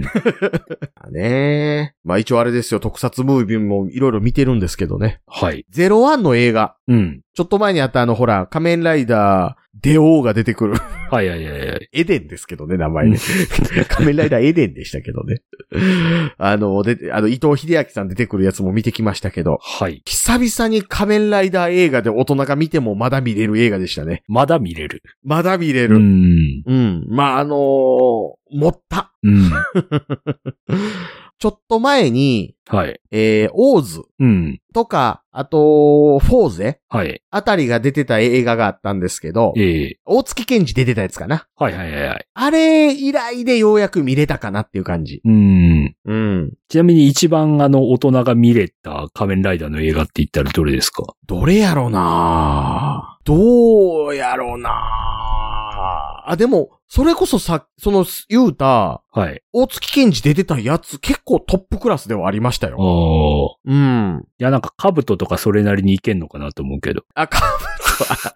[SPEAKER 3] ねまあ一応あれですよ、特撮ムービーもいろいろ見てるんですけどね。
[SPEAKER 4] はい。
[SPEAKER 3] 01の映画。
[SPEAKER 4] うん。
[SPEAKER 3] ちょっと前にあったあの、ほら、仮面ライダー、デオーが出てくる。
[SPEAKER 4] はいはいはいはい。
[SPEAKER 3] エデンですけどね、名前ね。 仮面ライダーエデンでしたけどね。あの、で、あの、伊藤秀明さん出てくるやつも見てきましたけど。
[SPEAKER 4] はい。
[SPEAKER 3] 久々に仮面ライダー映画で大人が見てもまだ見れる映画でしたね。
[SPEAKER 4] まだ見れる。
[SPEAKER 3] まだ見れ
[SPEAKER 4] う
[SPEAKER 3] る。うん。
[SPEAKER 4] ん。
[SPEAKER 3] まあ、あのー持った。
[SPEAKER 4] うん。
[SPEAKER 3] ちょっと前に、
[SPEAKER 4] はい。
[SPEAKER 3] えー、オーズ
[SPEAKER 4] うん。
[SPEAKER 3] とか、あと、フォーゼ
[SPEAKER 4] はい。
[SPEAKER 3] あたりが出てた映画があったんですけど、
[SPEAKER 4] ええ
[SPEAKER 3] 大月健治出てたやつかな。
[SPEAKER 4] はいはいはいはい。
[SPEAKER 3] あれ以来でようやく見れたかなっていう感じ。
[SPEAKER 4] うん。
[SPEAKER 3] うん。
[SPEAKER 4] ちなみに一番あの、大人が見れた仮面ライダーの映画って言ったらどれですか
[SPEAKER 3] どれやろなどうやろなあ、でも、それこそさ、その、言うた、
[SPEAKER 4] はい。
[SPEAKER 3] 大月健治出てたやつ、結構トップクラスではありました
[SPEAKER 4] あ
[SPEAKER 3] よ。
[SPEAKER 4] あ。
[SPEAKER 3] うん。
[SPEAKER 4] いや、なんか、兜とかそれなりにいけんのかなと思うけど。
[SPEAKER 3] あ、か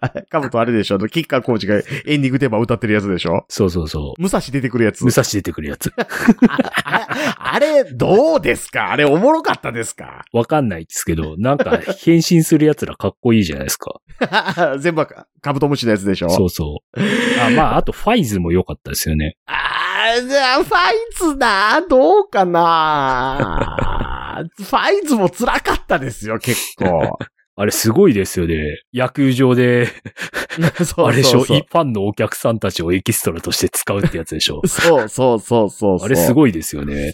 [SPEAKER 3] ぶ と、かぶとあれでしょあの、キッカーコーチがエンディングテーマ歌ってるやつでしょ
[SPEAKER 4] そうそうそ
[SPEAKER 3] 武蔵出てくるやつ
[SPEAKER 4] う。武。蔵出てくるやつ。
[SPEAKER 3] ああれ、どうですかあれ、おもろかったですか
[SPEAKER 4] わかんないですけど、なんか、変身するやつらかっこいいじゃないで すか。
[SPEAKER 3] 全部か、カブトムシのやつでしょ
[SPEAKER 4] そうそう。あまあ、あと、ファイズも良かったですよね。
[SPEAKER 3] あーじゃあ、ファイズなどうかな ファイズも辛かったですよ、結 構。
[SPEAKER 4] あれ、すごいですよね。野球場で、
[SPEAKER 3] そう
[SPEAKER 4] あれでし
[SPEAKER 3] そ
[SPEAKER 4] ょ
[SPEAKER 3] うそう
[SPEAKER 4] 一般のお客さんたちをエキストラとして使うってやつでしょ
[SPEAKER 3] そうそうそうそうそう。
[SPEAKER 4] あれ、す
[SPEAKER 3] い。
[SPEAKER 4] ごいですよね。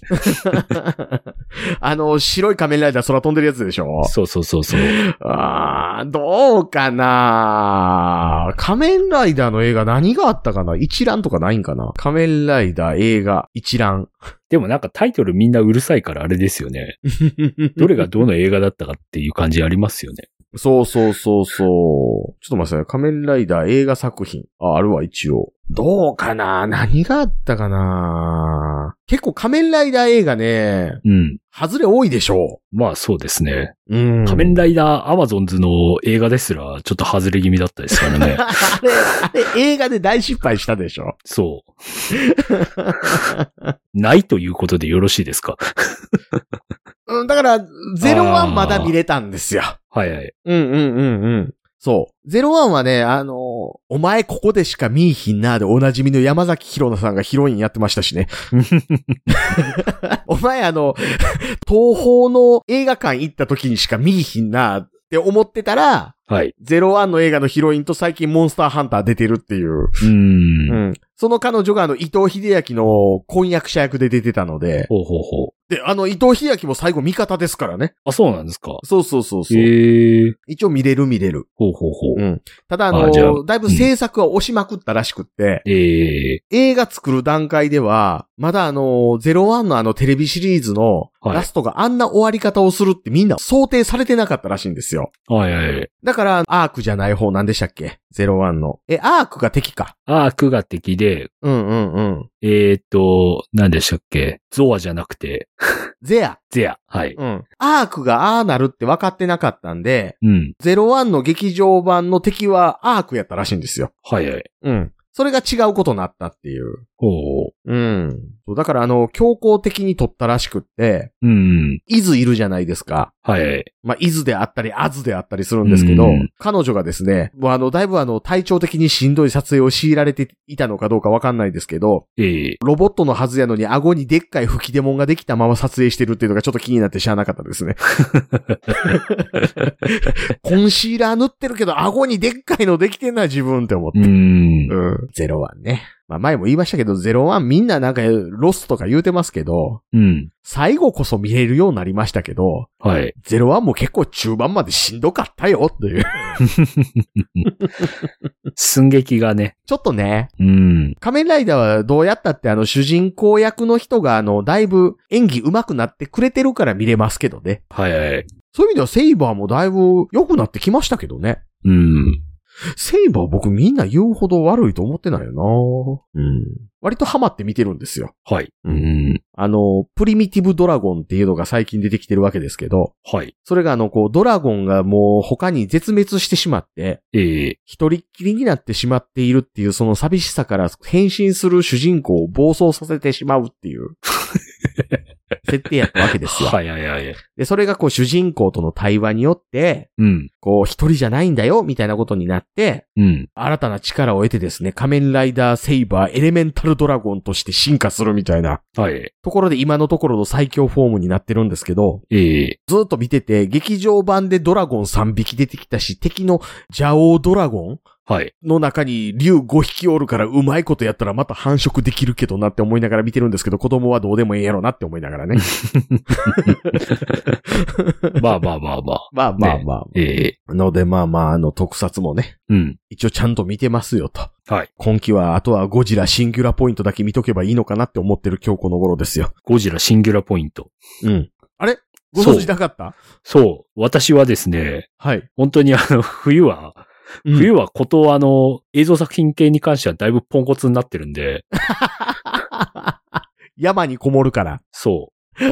[SPEAKER 3] あの、白い仮面ライダー空飛んでるやつでしょ
[SPEAKER 4] そうそうそうそう。
[SPEAKER 3] あーどうかな仮面ライダーの映画何があったかな一覧とかないんかな仮面ライダー映画一覧。
[SPEAKER 4] でもなんか、タイトルみんなうるさいからあれですよね。どれがどの映画だったかっていう感じありますよね。
[SPEAKER 3] そうそうそうそう。ちょっと待ってください。仮面ライダー映画作品。あ、あるわ、一応。どうかな何があったかな結構仮面ライダー映画ね、
[SPEAKER 4] うん。
[SPEAKER 3] 外れ多いでしょ
[SPEAKER 4] まあ、そうですね。
[SPEAKER 3] う。うん。。
[SPEAKER 4] 仮面ライダーアマゾンズの映画ですら、ちょっと外れ気味だったですからね
[SPEAKER 3] あれ、あれ、映画で大失敗したでしょ。
[SPEAKER 4] そう。ないということでよろしいですか
[SPEAKER 3] うん、だから、ゼロワンまだ見れたんですよ。
[SPEAKER 4] はいはい。
[SPEAKER 3] うんうんうんうん。そう。ゼロワンはね、あのーお前ここでしか見いひんなーでおなじみの山崎宏奈さんがヒロインやってましたし ね。お前あの、東宝の映画館行った時にしか見いひんなーって思ってたら、
[SPEAKER 4] はい。
[SPEAKER 3] ゼロワンの映画のヒロインと最近モンスターハンター出てるっていう。
[SPEAKER 4] うーん。
[SPEAKER 3] ん。その彼女があの、伊藤秀明の婚約者役で出てたので、
[SPEAKER 4] ほうほうほ
[SPEAKER 3] で、あの、伊藤秀明も最後味方ですからね。
[SPEAKER 4] あ、そうなんですか。
[SPEAKER 3] そうそうそうそう。
[SPEAKER 4] へえ。
[SPEAKER 3] 一応見れる見れる。
[SPEAKER 4] ほうほうほ
[SPEAKER 3] う
[SPEAKER 4] う。
[SPEAKER 3] ん。ただ、あ
[SPEAKER 4] あじゃ
[SPEAKER 3] の、
[SPEAKER 4] あ
[SPEAKER 3] だいぶ制作は押しまくったらしくって、
[SPEAKER 4] ええ
[SPEAKER 3] 映画作る段階では、まだあの、01のあのテレビシリーズの
[SPEAKER 4] はい
[SPEAKER 3] ラストがあんな終わり方をするってみんな想定されてなかったらしいんですよ。
[SPEAKER 4] はいはいはい。
[SPEAKER 3] だから、アークじゃない方なんでしたっけ ?01 の。え、アークが敵か。
[SPEAKER 4] ああ、苦が敵で、
[SPEAKER 3] うんうんうん。
[SPEAKER 4] えーっと、何でしたっけゾアじゃなくて、
[SPEAKER 3] ゼア。
[SPEAKER 4] ゼア。はい。
[SPEAKER 3] うん。アークがああなるって分かってなかったんで、
[SPEAKER 4] うん。
[SPEAKER 3] 01の劇場版の敵はアークやったらしいんですよ。
[SPEAKER 4] はいはい。
[SPEAKER 3] うん。それが違うことになったっていう。
[SPEAKER 4] ほうほ
[SPEAKER 3] うん。そうだからあの、強行的に撮ったらしくって、
[SPEAKER 4] う。うん。
[SPEAKER 3] イズいるじゃないですか。
[SPEAKER 4] はいはい。
[SPEAKER 3] まあ、イズであったり、アズであったりするんですけど、
[SPEAKER 4] うん
[SPEAKER 3] 彼女がですね、もうあの、だいぶあの、体調的にしんどい撮影を強いられていたのかどうかわかんないですけど、
[SPEAKER 4] ええ
[SPEAKER 3] ロボットのはずやのに顎にでっかい吹き出物ができたまま撮影してるっていうのがちょっと気になってしゃあなかったですね。コンシーラー塗ってるけど顎にでっかいのできてんな自分って思って。
[SPEAKER 4] うん。
[SPEAKER 3] うん。ゼロワンね。まあ前も言いましたけど、ゼロワンみんななんかロスとか言うてますけど、
[SPEAKER 4] うん。
[SPEAKER 3] 最後こそ見れるようになりましたけど、
[SPEAKER 4] はい。
[SPEAKER 3] ゼロワンも結構中盤までしんどかったよって いう。
[SPEAKER 4] 寸劇がね。
[SPEAKER 3] ちょっとね、
[SPEAKER 4] うん。
[SPEAKER 3] 仮面ライダーはどうやったってあの主人公役の人があの、だいぶ演技上手くなってくれてるから見れますけどね。
[SPEAKER 4] はいはい。
[SPEAKER 3] そういう意味ではセイバーもだいぶ良くなってきましたけどね。
[SPEAKER 4] うん。
[SPEAKER 3] セイバー僕みんな言うほど悪いと思ってないよなうん。割とハマって見てるんですよ。
[SPEAKER 4] はい。
[SPEAKER 3] う
[SPEAKER 4] うんん。
[SPEAKER 3] あの、プリミティブドラゴンっていうのが最近出てきてるわけですけど、
[SPEAKER 4] はい。
[SPEAKER 3] それがあの、こう、ドラゴンがもう他に絶滅してしまって、
[SPEAKER 4] ええ
[SPEAKER 3] 一人っきりになってしまっているっていうその寂しさから変身する主人公を暴走させてしまうって いう、設定やったわけですよ。
[SPEAKER 4] はいはいはい。
[SPEAKER 3] で、それがこう主人公との対話によって、
[SPEAKER 4] うん。
[SPEAKER 3] こう、一人じゃないんだよ、みたいなことになって、
[SPEAKER 4] うん。
[SPEAKER 3] 新たな力を得てですね、仮面ライダーセイバーエレメンタルドラゴンとして進化するみたいな
[SPEAKER 4] はい。
[SPEAKER 3] ところで今のところの最強フォームになってるんですけど、
[SPEAKER 4] ええ
[SPEAKER 3] ずっと見てて、劇場版でドラゴン3匹出てきたし、敵の邪王ドラゴン
[SPEAKER 4] はい。
[SPEAKER 3] の中に竜5匹おるからうまいことやったらまた繁殖できるけどなって思いながら見てるんですけど、子供はどうでもええやろなって思いながら ね。
[SPEAKER 4] まあまあまあまあ。
[SPEAKER 3] まあまあまあ。
[SPEAKER 4] ええ
[SPEAKER 3] のでまあまあ、あの特撮もね、
[SPEAKER 4] うん。
[SPEAKER 3] 一応ちゃんと見てますよと。
[SPEAKER 4] はい。
[SPEAKER 3] 今期は、あとはゴジラシンギュラポイントだけ見とけばいいのかなって思ってる今日この頃ですよ。
[SPEAKER 4] ゴジラシンギュラポイント。
[SPEAKER 3] うん。あれご存知なかった
[SPEAKER 4] そう。私はですね、
[SPEAKER 3] はい。
[SPEAKER 4] 本当にあの、冬は、冬はことあの、映像作品系に関してはだいぶポンコツになってるんで、
[SPEAKER 3] 山にこもるから。
[SPEAKER 4] そ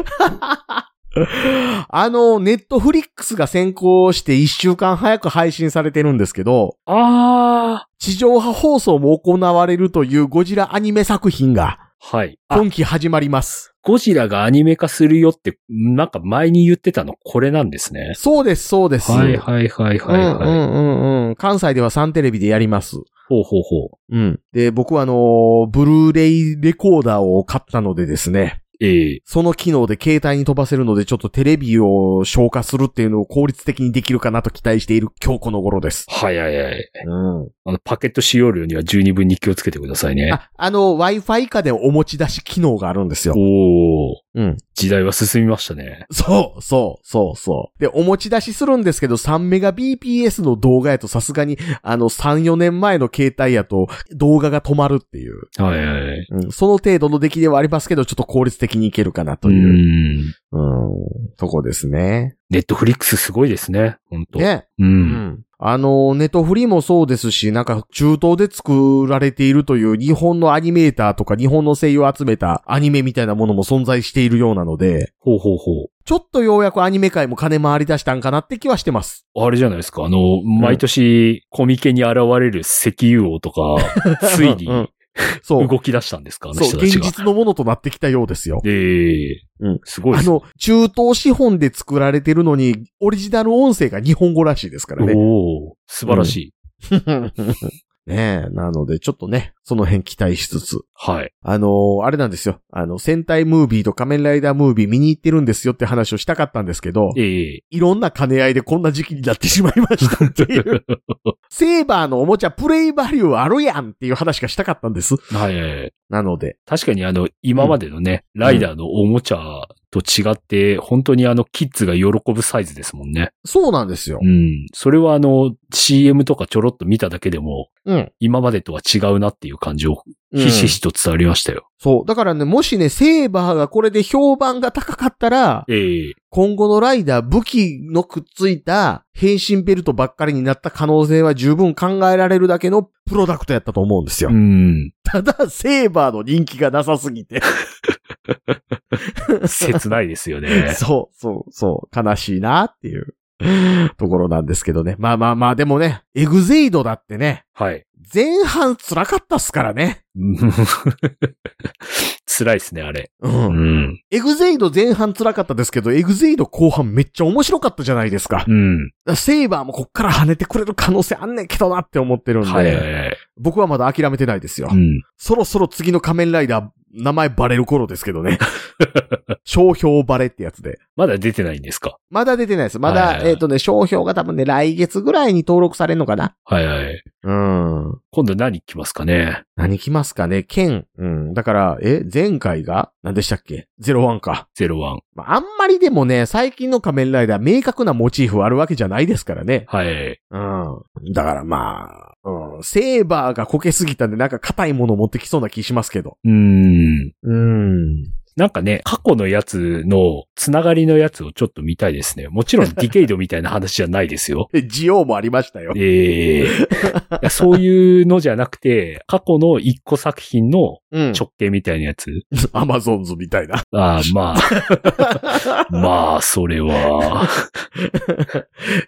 [SPEAKER 3] あの、ネットフリックスが先行して1週間早く配信されてるんですけど、
[SPEAKER 4] う。ああ。
[SPEAKER 3] 地上波放送も行われるというゴジラアニメ作品が、
[SPEAKER 4] はい。あ、
[SPEAKER 3] 今期始まります。
[SPEAKER 4] ゴジラがアニメ化するよって、なんか前に言ってたのこれなんですね。
[SPEAKER 3] そうです、そうです。
[SPEAKER 4] はいはいはいはい
[SPEAKER 3] うんう
[SPEAKER 4] はい。
[SPEAKER 3] んうんうん。関西では3テレビでやります。
[SPEAKER 4] ほうほうほう。
[SPEAKER 3] うん。で、僕はあのーブルーレイレコーダーを買ったのでですね、
[SPEAKER 4] ええ
[SPEAKER 3] その機能で携帯に飛ばせるので、ちょっとテレビを消化するっていうのを効率的にできるかなと期待している今日この頃です。
[SPEAKER 4] はいはいはい。
[SPEAKER 3] うん。
[SPEAKER 4] あの、パケット使用量には十二分に気をつけてくださいね。
[SPEAKER 3] あ、あの、Wi-Fi 以下でお持ち出し機能があるんですよ。
[SPEAKER 4] おお、
[SPEAKER 3] うん。
[SPEAKER 4] 時代は進みましたね。
[SPEAKER 3] そう、そう、そう、そう。で、お持ち出しするんですけど、3メガ BPS の動画やとさすがに、あの、3、4年前の携帯やと動画が止まるっていう。
[SPEAKER 4] はいはいはい。
[SPEAKER 3] うん。その程度の出来ではありますけど、ちょっと効率的にいけるかなと
[SPEAKER 4] う
[SPEAKER 3] いう。
[SPEAKER 4] ん。
[SPEAKER 3] うん。とこですね。
[SPEAKER 4] ネットフリックスすごいですね。本当。
[SPEAKER 3] ね。
[SPEAKER 4] う。。
[SPEAKER 3] うんあの、ネトフリもそうですし、なんか中東で作られているという日本のアニメーターとか日本の声優を集めたアニメみたいなものも存在しているようなので、
[SPEAKER 4] ほうほうほ
[SPEAKER 3] ちょっとようやくアニメ界も金回り出したんかなって気はしてます。
[SPEAKER 4] う。あれじゃないですか。あの、毎年コミケに現れる石油王 とか、ついに
[SPEAKER 3] うんうんそう。
[SPEAKER 4] 動き出したんですかあの
[SPEAKER 3] そ
[SPEAKER 4] 人
[SPEAKER 3] う、
[SPEAKER 4] たち
[SPEAKER 3] 現
[SPEAKER 4] が。
[SPEAKER 3] 実のものとなってきたようですよ。
[SPEAKER 4] ええ
[SPEAKER 3] うん
[SPEAKER 4] すごいで
[SPEAKER 3] あ
[SPEAKER 4] すね。
[SPEAKER 3] の、中東資本で作られてるのに、オリジナル音声が日本語らしいですからね。
[SPEAKER 4] おお素晴らしい。
[SPEAKER 3] ねえ、なので、ちょっとね、その辺期待しつつ。
[SPEAKER 4] はい。
[SPEAKER 3] あのーあれなんですよ。あの、戦隊ムービーと仮面ライダームービー見に行ってるんですよって話をしたかったんですけど、
[SPEAKER 4] ええ
[SPEAKER 3] いろんな兼ね合いでこんな時期になってしまいましたって いう。セーバーのおもちゃプレイバリューあるやんっていう話がしたかったんです。
[SPEAKER 4] はいはいはい。
[SPEAKER 3] なので、
[SPEAKER 4] 確かにあの、今までのね、ライダーのおもちゃと違って、本当にあの、キッズが喜ぶサイズですもんね。
[SPEAKER 3] そうなんですよ
[SPEAKER 4] う。ん。それはあの、CM とかちょろっと見ただけでも、
[SPEAKER 3] うん。
[SPEAKER 4] 今までとは違うなっていう感じ
[SPEAKER 3] う
[SPEAKER 4] を、
[SPEAKER 3] ん
[SPEAKER 4] ひしひしと伝わりましたよ。
[SPEAKER 3] そう。だからね、もしね、セーバーがこれで評判が高かったら、
[SPEAKER 4] ええ
[SPEAKER 3] 今後のライダー武器のくっついた変身ベルトばっかりになった可能性は十分考えられるだけのプロダクトやったと思うんですよ。
[SPEAKER 4] うん。
[SPEAKER 3] ただ、セーバーの人気がなさすぎて。
[SPEAKER 4] 切ないですよ ね。
[SPEAKER 3] そう、そう、そう、悲しいなっていうところなんですけどね。まあまあまあ、でもね、エグゼイドだってね、
[SPEAKER 4] はい。
[SPEAKER 3] 前半辛かったっすからね。
[SPEAKER 4] うん辛いですね、あれ。
[SPEAKER 3] う。
[SPEAKER 4] うんん。
[SPEAKER 3] エグゼイド前半辛かったですけど、エグゼイド後半めっちゃ面白かったじゃないですか。だか
[SPEAKER 4] うん。
[SPEAKER 3] らセイバーもこっから跳ねてくれる可能性あんねんけどなって思ってるんで、
[SPEAKER 4] はいはいはい。
[SPEAKER 3] 僕はまだ諦めてないですよ。
[SPEAKER 4] うん。
[SPEAKER 3] そろそろ次の仮面ライダー、名前バレる頃ですけど ね。商標バレってやつで。
[SPEAKER 4] まだ出てないんですか
[SPEAKER 3] まだ出てないです。まだ、
[SPEAKER 4] はいはいはい
[SPEAKER 3] えっ、とね、商標が多分ね、来月ぐらいに登録されるのかな。
[SPEAKER 4] はいはい。
[SPEAKER 3] うん。
[SPEAKER 4] 今度何来ますかね
[SPEAKER 3] 何来ますかね剣。うん。だから、え、前回が何でしたっけ ?01 か。
[SPEAKER 4] ?01。
[SPEAKER 3] まああんまりでもね、最近の仮面ライダー明確なモチーフあるわけじゃないですからね。
[SPEAKER 4] はい。
[SPEAKER 3] うん。だからまあ、うん。セーバーがこけすぎたんで、なんか硬いもの持ってきそうな気しますけど。
[SPEAKER 4] うん。
[SPEAKER 3] うん。
[SPEAKER 4] なんかね、過去のやつのつながりのやつをちょっと見たいですね。もちろんディケイドみたいな話じゃないで
[SPEAKER 3] 。
[SPEAKER 4] すよ
[SPEAKER 3] えジオウもありましたよ。
[SPEAKER 4] ええいやそういうのじゃなくて、過去の一個作品の
[SPEAKER 3] うん。
[SPEAKER 4] 直径みたいなやつ。
[SPEAKER 3] アマゾンズみたいな。
[SPEAKER 4] ああ、まあ。まあ、それは。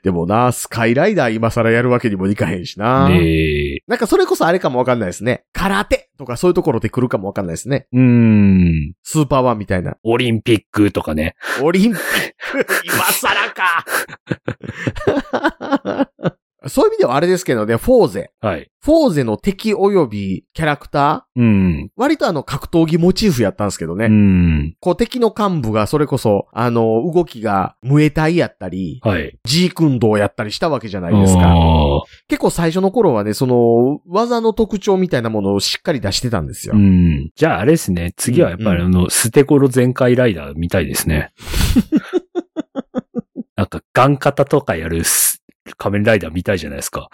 [SPEAKER 3] でもな、スカイライダー今更やるわけにもいかへんしな。
[SPEAKER 4] ええ
[SPEAKER 3] なんかそれこそあれかもわかんないですね。空手とかそういうところで来るかもわかんないですね。
[SPEAKER 4] うん。
[SPEAKER 3] スーパーワンみたいな。
[SPEAKER 4] オリンピックとかね。
[SPEAKER 3] オリンピック、今更か。 そういう意味ではあれですけどね、フォーゼ。
[SPEAKER 4] はい。
[SPEAKER 3] フォーゼの敵及びキャラクター
[SPEAKER 4] うん。
[SPEAKER 3] 割とあの格闘技モチーフやったんですけどね。
[SPEAKER 4] うん。
[SPEAKER 3] こう敵の幹部がそれこそ、あの、動きが無エタイやったり、
[SPEAKER 4] はい。
[SPEAKER 3] ジー君道やったりしたわけじゃないですか。
[SPEAKER 4] あ
[SPEAKER 3] 結構最初の頃はね、その、技の特徴みたいなものをしっかり出してたんです
[SPEAKER 4] ー
[SPEAKER 3] よ。
[SPEAKER 4] うん。じゃああれですね。次はやっぱりあの、捨て頃全開ライダーみたいですね。なんか、ガン型とかやるす仮面ライダーみたいじゃないですか。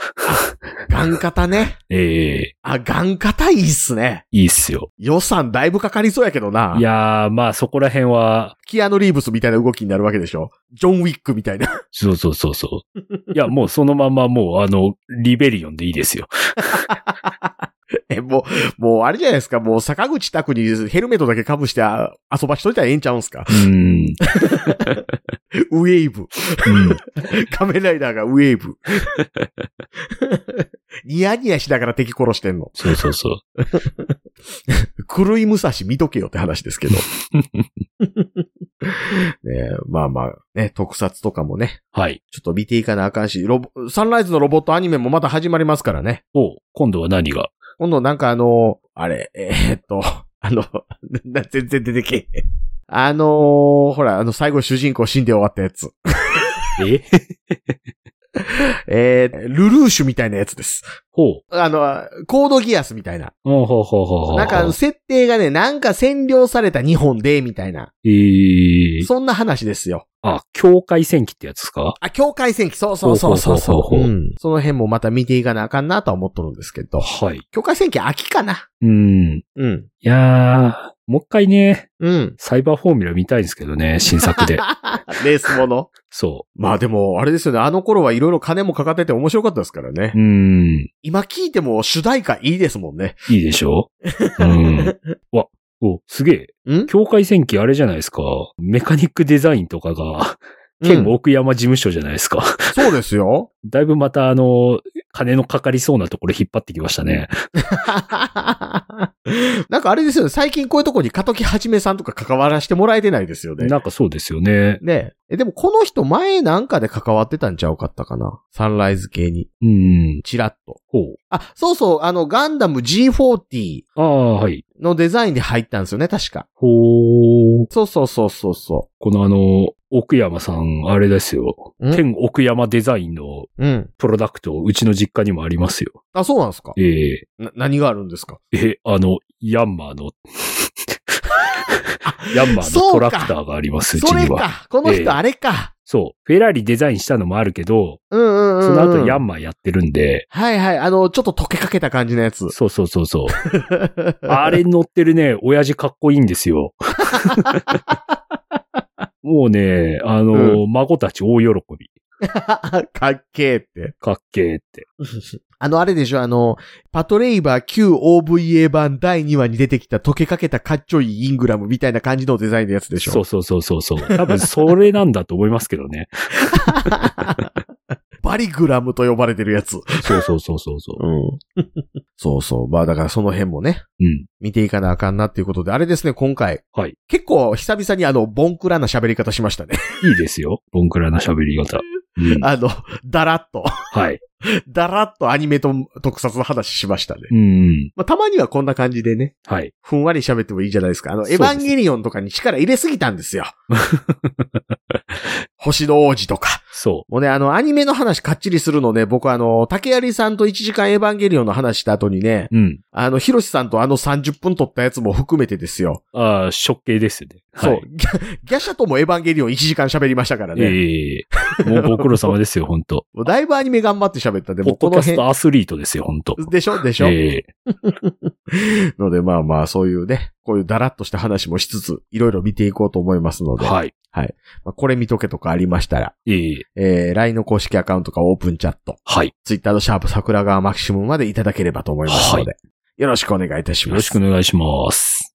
[SPEAKER 3] ガン型ね。
[SPEAKER 4] ええ
[SPEAKER 3] あ、ガン型いいっすね。
[SPEAKER 4] いいっすよ。
[SPEAKER 3] 予算だいぶかかりそうやけどな。
[SPEAKER 4] いやー、まあそこら辺は、
[SPEAKER 3] キアノ・リーブスみたいな動きになるわけでしょ。ジョン・ウィックみたいな。
[SPEAKER 4] そうそうそうそう。いや、もうそのままもう、あの、リベリオンでいいですよ。
[SPEAKER 3] え、もう、もうあれじゃないですか。もう坂口拓にヘルメットだけ被してあ遊ばしといたらええんちゃうんすか
[SPEAKER 4] う。ん。
[SPEAKER 3] ウェーブ。
[SPEAKER 4] うん
[SPEAKER 3] 仮面ライダーがウェーブ。 ニヤニヤしながら敵殺してんの。
[SPEAKER 4] そうそうそう。
[SPEAKER 3] 狂い武蔵見とけよって話ですけど。ねえまあまあ、ね、特撮とかもね、
[SPEAKER 4] はい。
[SPEAKER 3] ちょっと見ていかなあかんし、ロボ、サンライズのロボットアニメもまた始まりますからね。
[SPEAKER 4] お今度は何が
[SPEAKER 3] 今度なんかあの、あれ、えーっと、 あの、な全然出てけえへん。あのーほら、あの、最後主人公死んで終わったやつ。
[SPEAKER 4] え
[SPEAKER 3] えー、ルルーシュみたいなやつです。
[SPEAKER 4] ほう。
[SPEAKER 3] あの、コードギアスみたいな。
[SPEAKER 4] ほうほうほうほうほう。
[SPEAKER 3] なんか、設定がね、なんか占領された日本で、みたいな。
[SPEAKER 4] ええ
[SPEAKER 3] そんな話ですよ。
[SPEAKER 4] あ、境界戦記ってやつですか
[SPEAKER 3] あ、境界戦記、そうそうそうそう
[SPEAKER 4] ほう
[SPEAKER 3] そ
[SPEAKER 4] ほうほう
[SPEAKER 3] う、。
[SPEAKER 4] ほうん
[SPEAKER 3] その辺もまた見ていかなあかんなとは思っとるんですけど。
[SPEAKER 4] はい。
[SPEAKER 3] 境界戦記秋かな
[SPEAKER 4] うん。い
[SPEAKER 3] うん。
[SPEAKER 4] やー、もう一回ね、
[SPEAKER 3] うん。
[SPEAKER 4] サイバーフォーミュラ見たいんですけどね、新作 で。
[SPEAKER 3] レースもの。
[SPEAKER 4] そ
[SPEAKER 3] まあでも、あれですよね。あの頃はいろいろ金もかかってて面白かったですからね。
[SPEAKER 4] う。うん。
[SPEAKER 3] 今聞いても主題歌いいですもんね。
[SPEAKER 4] いいでしょ うん。わ、お、すげえ。
[SPEAKER 3] ん
[SPEAKER 4] 境界戦記あれじゃないですか。メカニックデザインとかが、県
[SPEAKER 3] うん
[SPEAKER 4] 奥山事務所じゃないですか。
[SPEAKER 3] そうですよ。
[SPEAKER 4] だいぶまたあの、金のかかりそうなところ引っ張ってきましたね。
[SPEAKER 3] なんかあれですよね。最近こういうとこに片木はじめさんとか関わらせてもらえてないですよね。
[SPEAKER 4] なんかそうですよね。
[SPEAKER 3] ねえ。えでもこの人前なんかで関わってたんちゃうかったかな。サンライズ系に。
[SPEAKER 4] うん。
[SPEAKER 3] チラッと。
[SPEAKER 4] ほう。
[SPEAKER 3] あ、そうそう、あの、ガンダム G40
[SPEAKER 4] ああ、はい。
[SPEAKER 3] のデザインで入ったんですよね、確か。
[SPEAKER 4] ほう。
[SPEAKER 3] そうそうそうそうそ
[SPEAKER 4] このあの、奥山さん、あれですよ。
[SPEAKER 3] ん
[SPEAKER 4] 天奥山デザインの
[SPEAKER 3] う。うん。
[SPEAKER 4] プロダクト、うちの実家にもありますよ。
[SPEAKER 3] あ、そうなんですか
[SPEAKER 4] ええ
[SPEAKER 3] な、何があるんですか
[SPEAKER 4] え、あの、ヤンマーの、ヤンマーの
[SPEAKER 3] そう
[SPEAKER 4] ト
[SPEAKER 3] か
[SPEAKER 4] ラクターがあります、うち
[SPEAKER 3] それ
[SPEAKER 4] には。
[SPEAKER 3] か。この
[SPEAKER 4] ええ
[SPEAKER 3] 人あれか。
[SPEAKER 4] そう。フェラーリデザインしたのもあるけど、
[SPEAKER 3] うんうんうんうん。
[SPEAKER 4] その後ヤンマーやってるんで、
[SPEAKER 3] はいはい。あの、ちょっと溶けかけた感じのやつ。
[SPEAKER 4] そうそうそ うそう。あれに乗ってるね、親父かっこいいんですよ。 もうね、あの、孫たち大喜び。
[SPEAKER 3] かっけーって。
[SPEAKER 4] かっけーって。
[SPEAKER 3] あの、あれでしょ、あの、パトレイバー 9OVA 版第2話に出てきた溶けかけたかっちょいいイングラムみたいな感じのデザインのやつでしょ。
[SPEAKER 4] そうそうそうそうそう。多分それなんだと思いますけ どね。
[SPEAKER 3] バリグラムと呼ばれてるやつ。
[SPEAKER 4] そうそうそうそうそう
[SPEAKER 3] ん。そうそう。まあだからその辺もね、
[SPEAKER 4] う。うん。
[SPEAKER 3] 見ていかなあかんなっていうことで、あれですね、今回。
[SPEAKER 4] はい。
[SPEAKER 3] 結構久々にあの、ボンクラな喋り方しましたね。
[SPEAKER 4] いいですよ。ボンクラな喋り方。うん。
[SPEAKER 3] あの、だらっと、
[SPEAKER 4] はい。
[SPEAKER 3] だらっとアニメと特撮の話しましたね。
[SPEAKER 4] うん。
[SPEAKER 3] まあたまにはこんな感じでね、
[SPEAKER 4] はい。
[SPEAKER 3] ふんわり喋ってもいいじゃないですか。あの、
[SPEAKER 4] そうで
[SPEAKER 3] エヴ
[SPEAKER 4] すね
[SPEAKER 3] ァンゲリオンとかに力入れすぎたんですよ。 星の王子とか。
[SPEAKER 4] そ
[SPEAKER 3] もうね、あの、アニメの話かっちりするのね、僕あの、竹有さんと1時間エヴァンゲリオンの話した後にね、
[SPEAKER 4] う。うん。
[SPEAKER 3] あの、ヒロシさんとあの30分撮ったやつも含めてですよ。
[SPEAKER 4] ああ、食系ですね。はい
[SPEAKER 3] そう。ギャギャシャともエヴァンゲリオン1時間喋りましたからね。
[SPEAKER 4] ええもうご苦労様ですよ、本 当
[SPEAKER 3] もうだいぶアニメ頑張って喋ったんで、
[SPEAKER 4] ポ
[SPEAKER 3] も
[SPEAKER 4] ッ
[SPEAKER 3] うこ
[SPEAKER 4] ドキ
[SPEAKER 3] の
[SPEAKER 4] ャス
[SPEAKER 3] 辺
[SPEAKER 4] ト。アスリートですよ、本当
[SPEAKER 3] でしょでしょ、
[SPEAKER 4] ええ
[SPEAKER 3] ので、まあまあ、そういうね、こういうだらっとした話もしつつ、いろいろ見ていこうと思いますので、
[SPEAKER 4] はい。
[SPEAKER 3] まあ、これ見とけとかありましたら、
[SPEAKER 4] ええ
[SPEAKER 3] えー、LINE の公式アカウントかオープンチャット、
[SPEAKER 4] はい。
[SPEAKER 3] Twitter のシャープ桜川マキシムまでいただければと思いますので、よろしくお願いいたし
[SPEAKER 4] よ
[SPEAKER 3] ま
[SPEAKER 4] ろし
[SPEAKER 3] す。
[SPEAKER 4] くお願いします。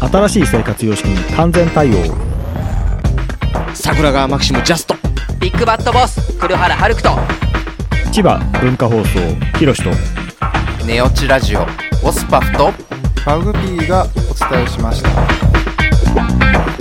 [SPEAKER 5] 新しい生活様式に完全対応
[SPEAKER 3] 桜川マキシムジャスト。
[SPEAKER 6] ビッグバットボス黒原遥人
[SPEAKER 5] 千葉文化放送ひろしと
[SPEAKER 7] ネオチラジオ。オスパフと
[SPEAKER 8] マグピーがお伝えしました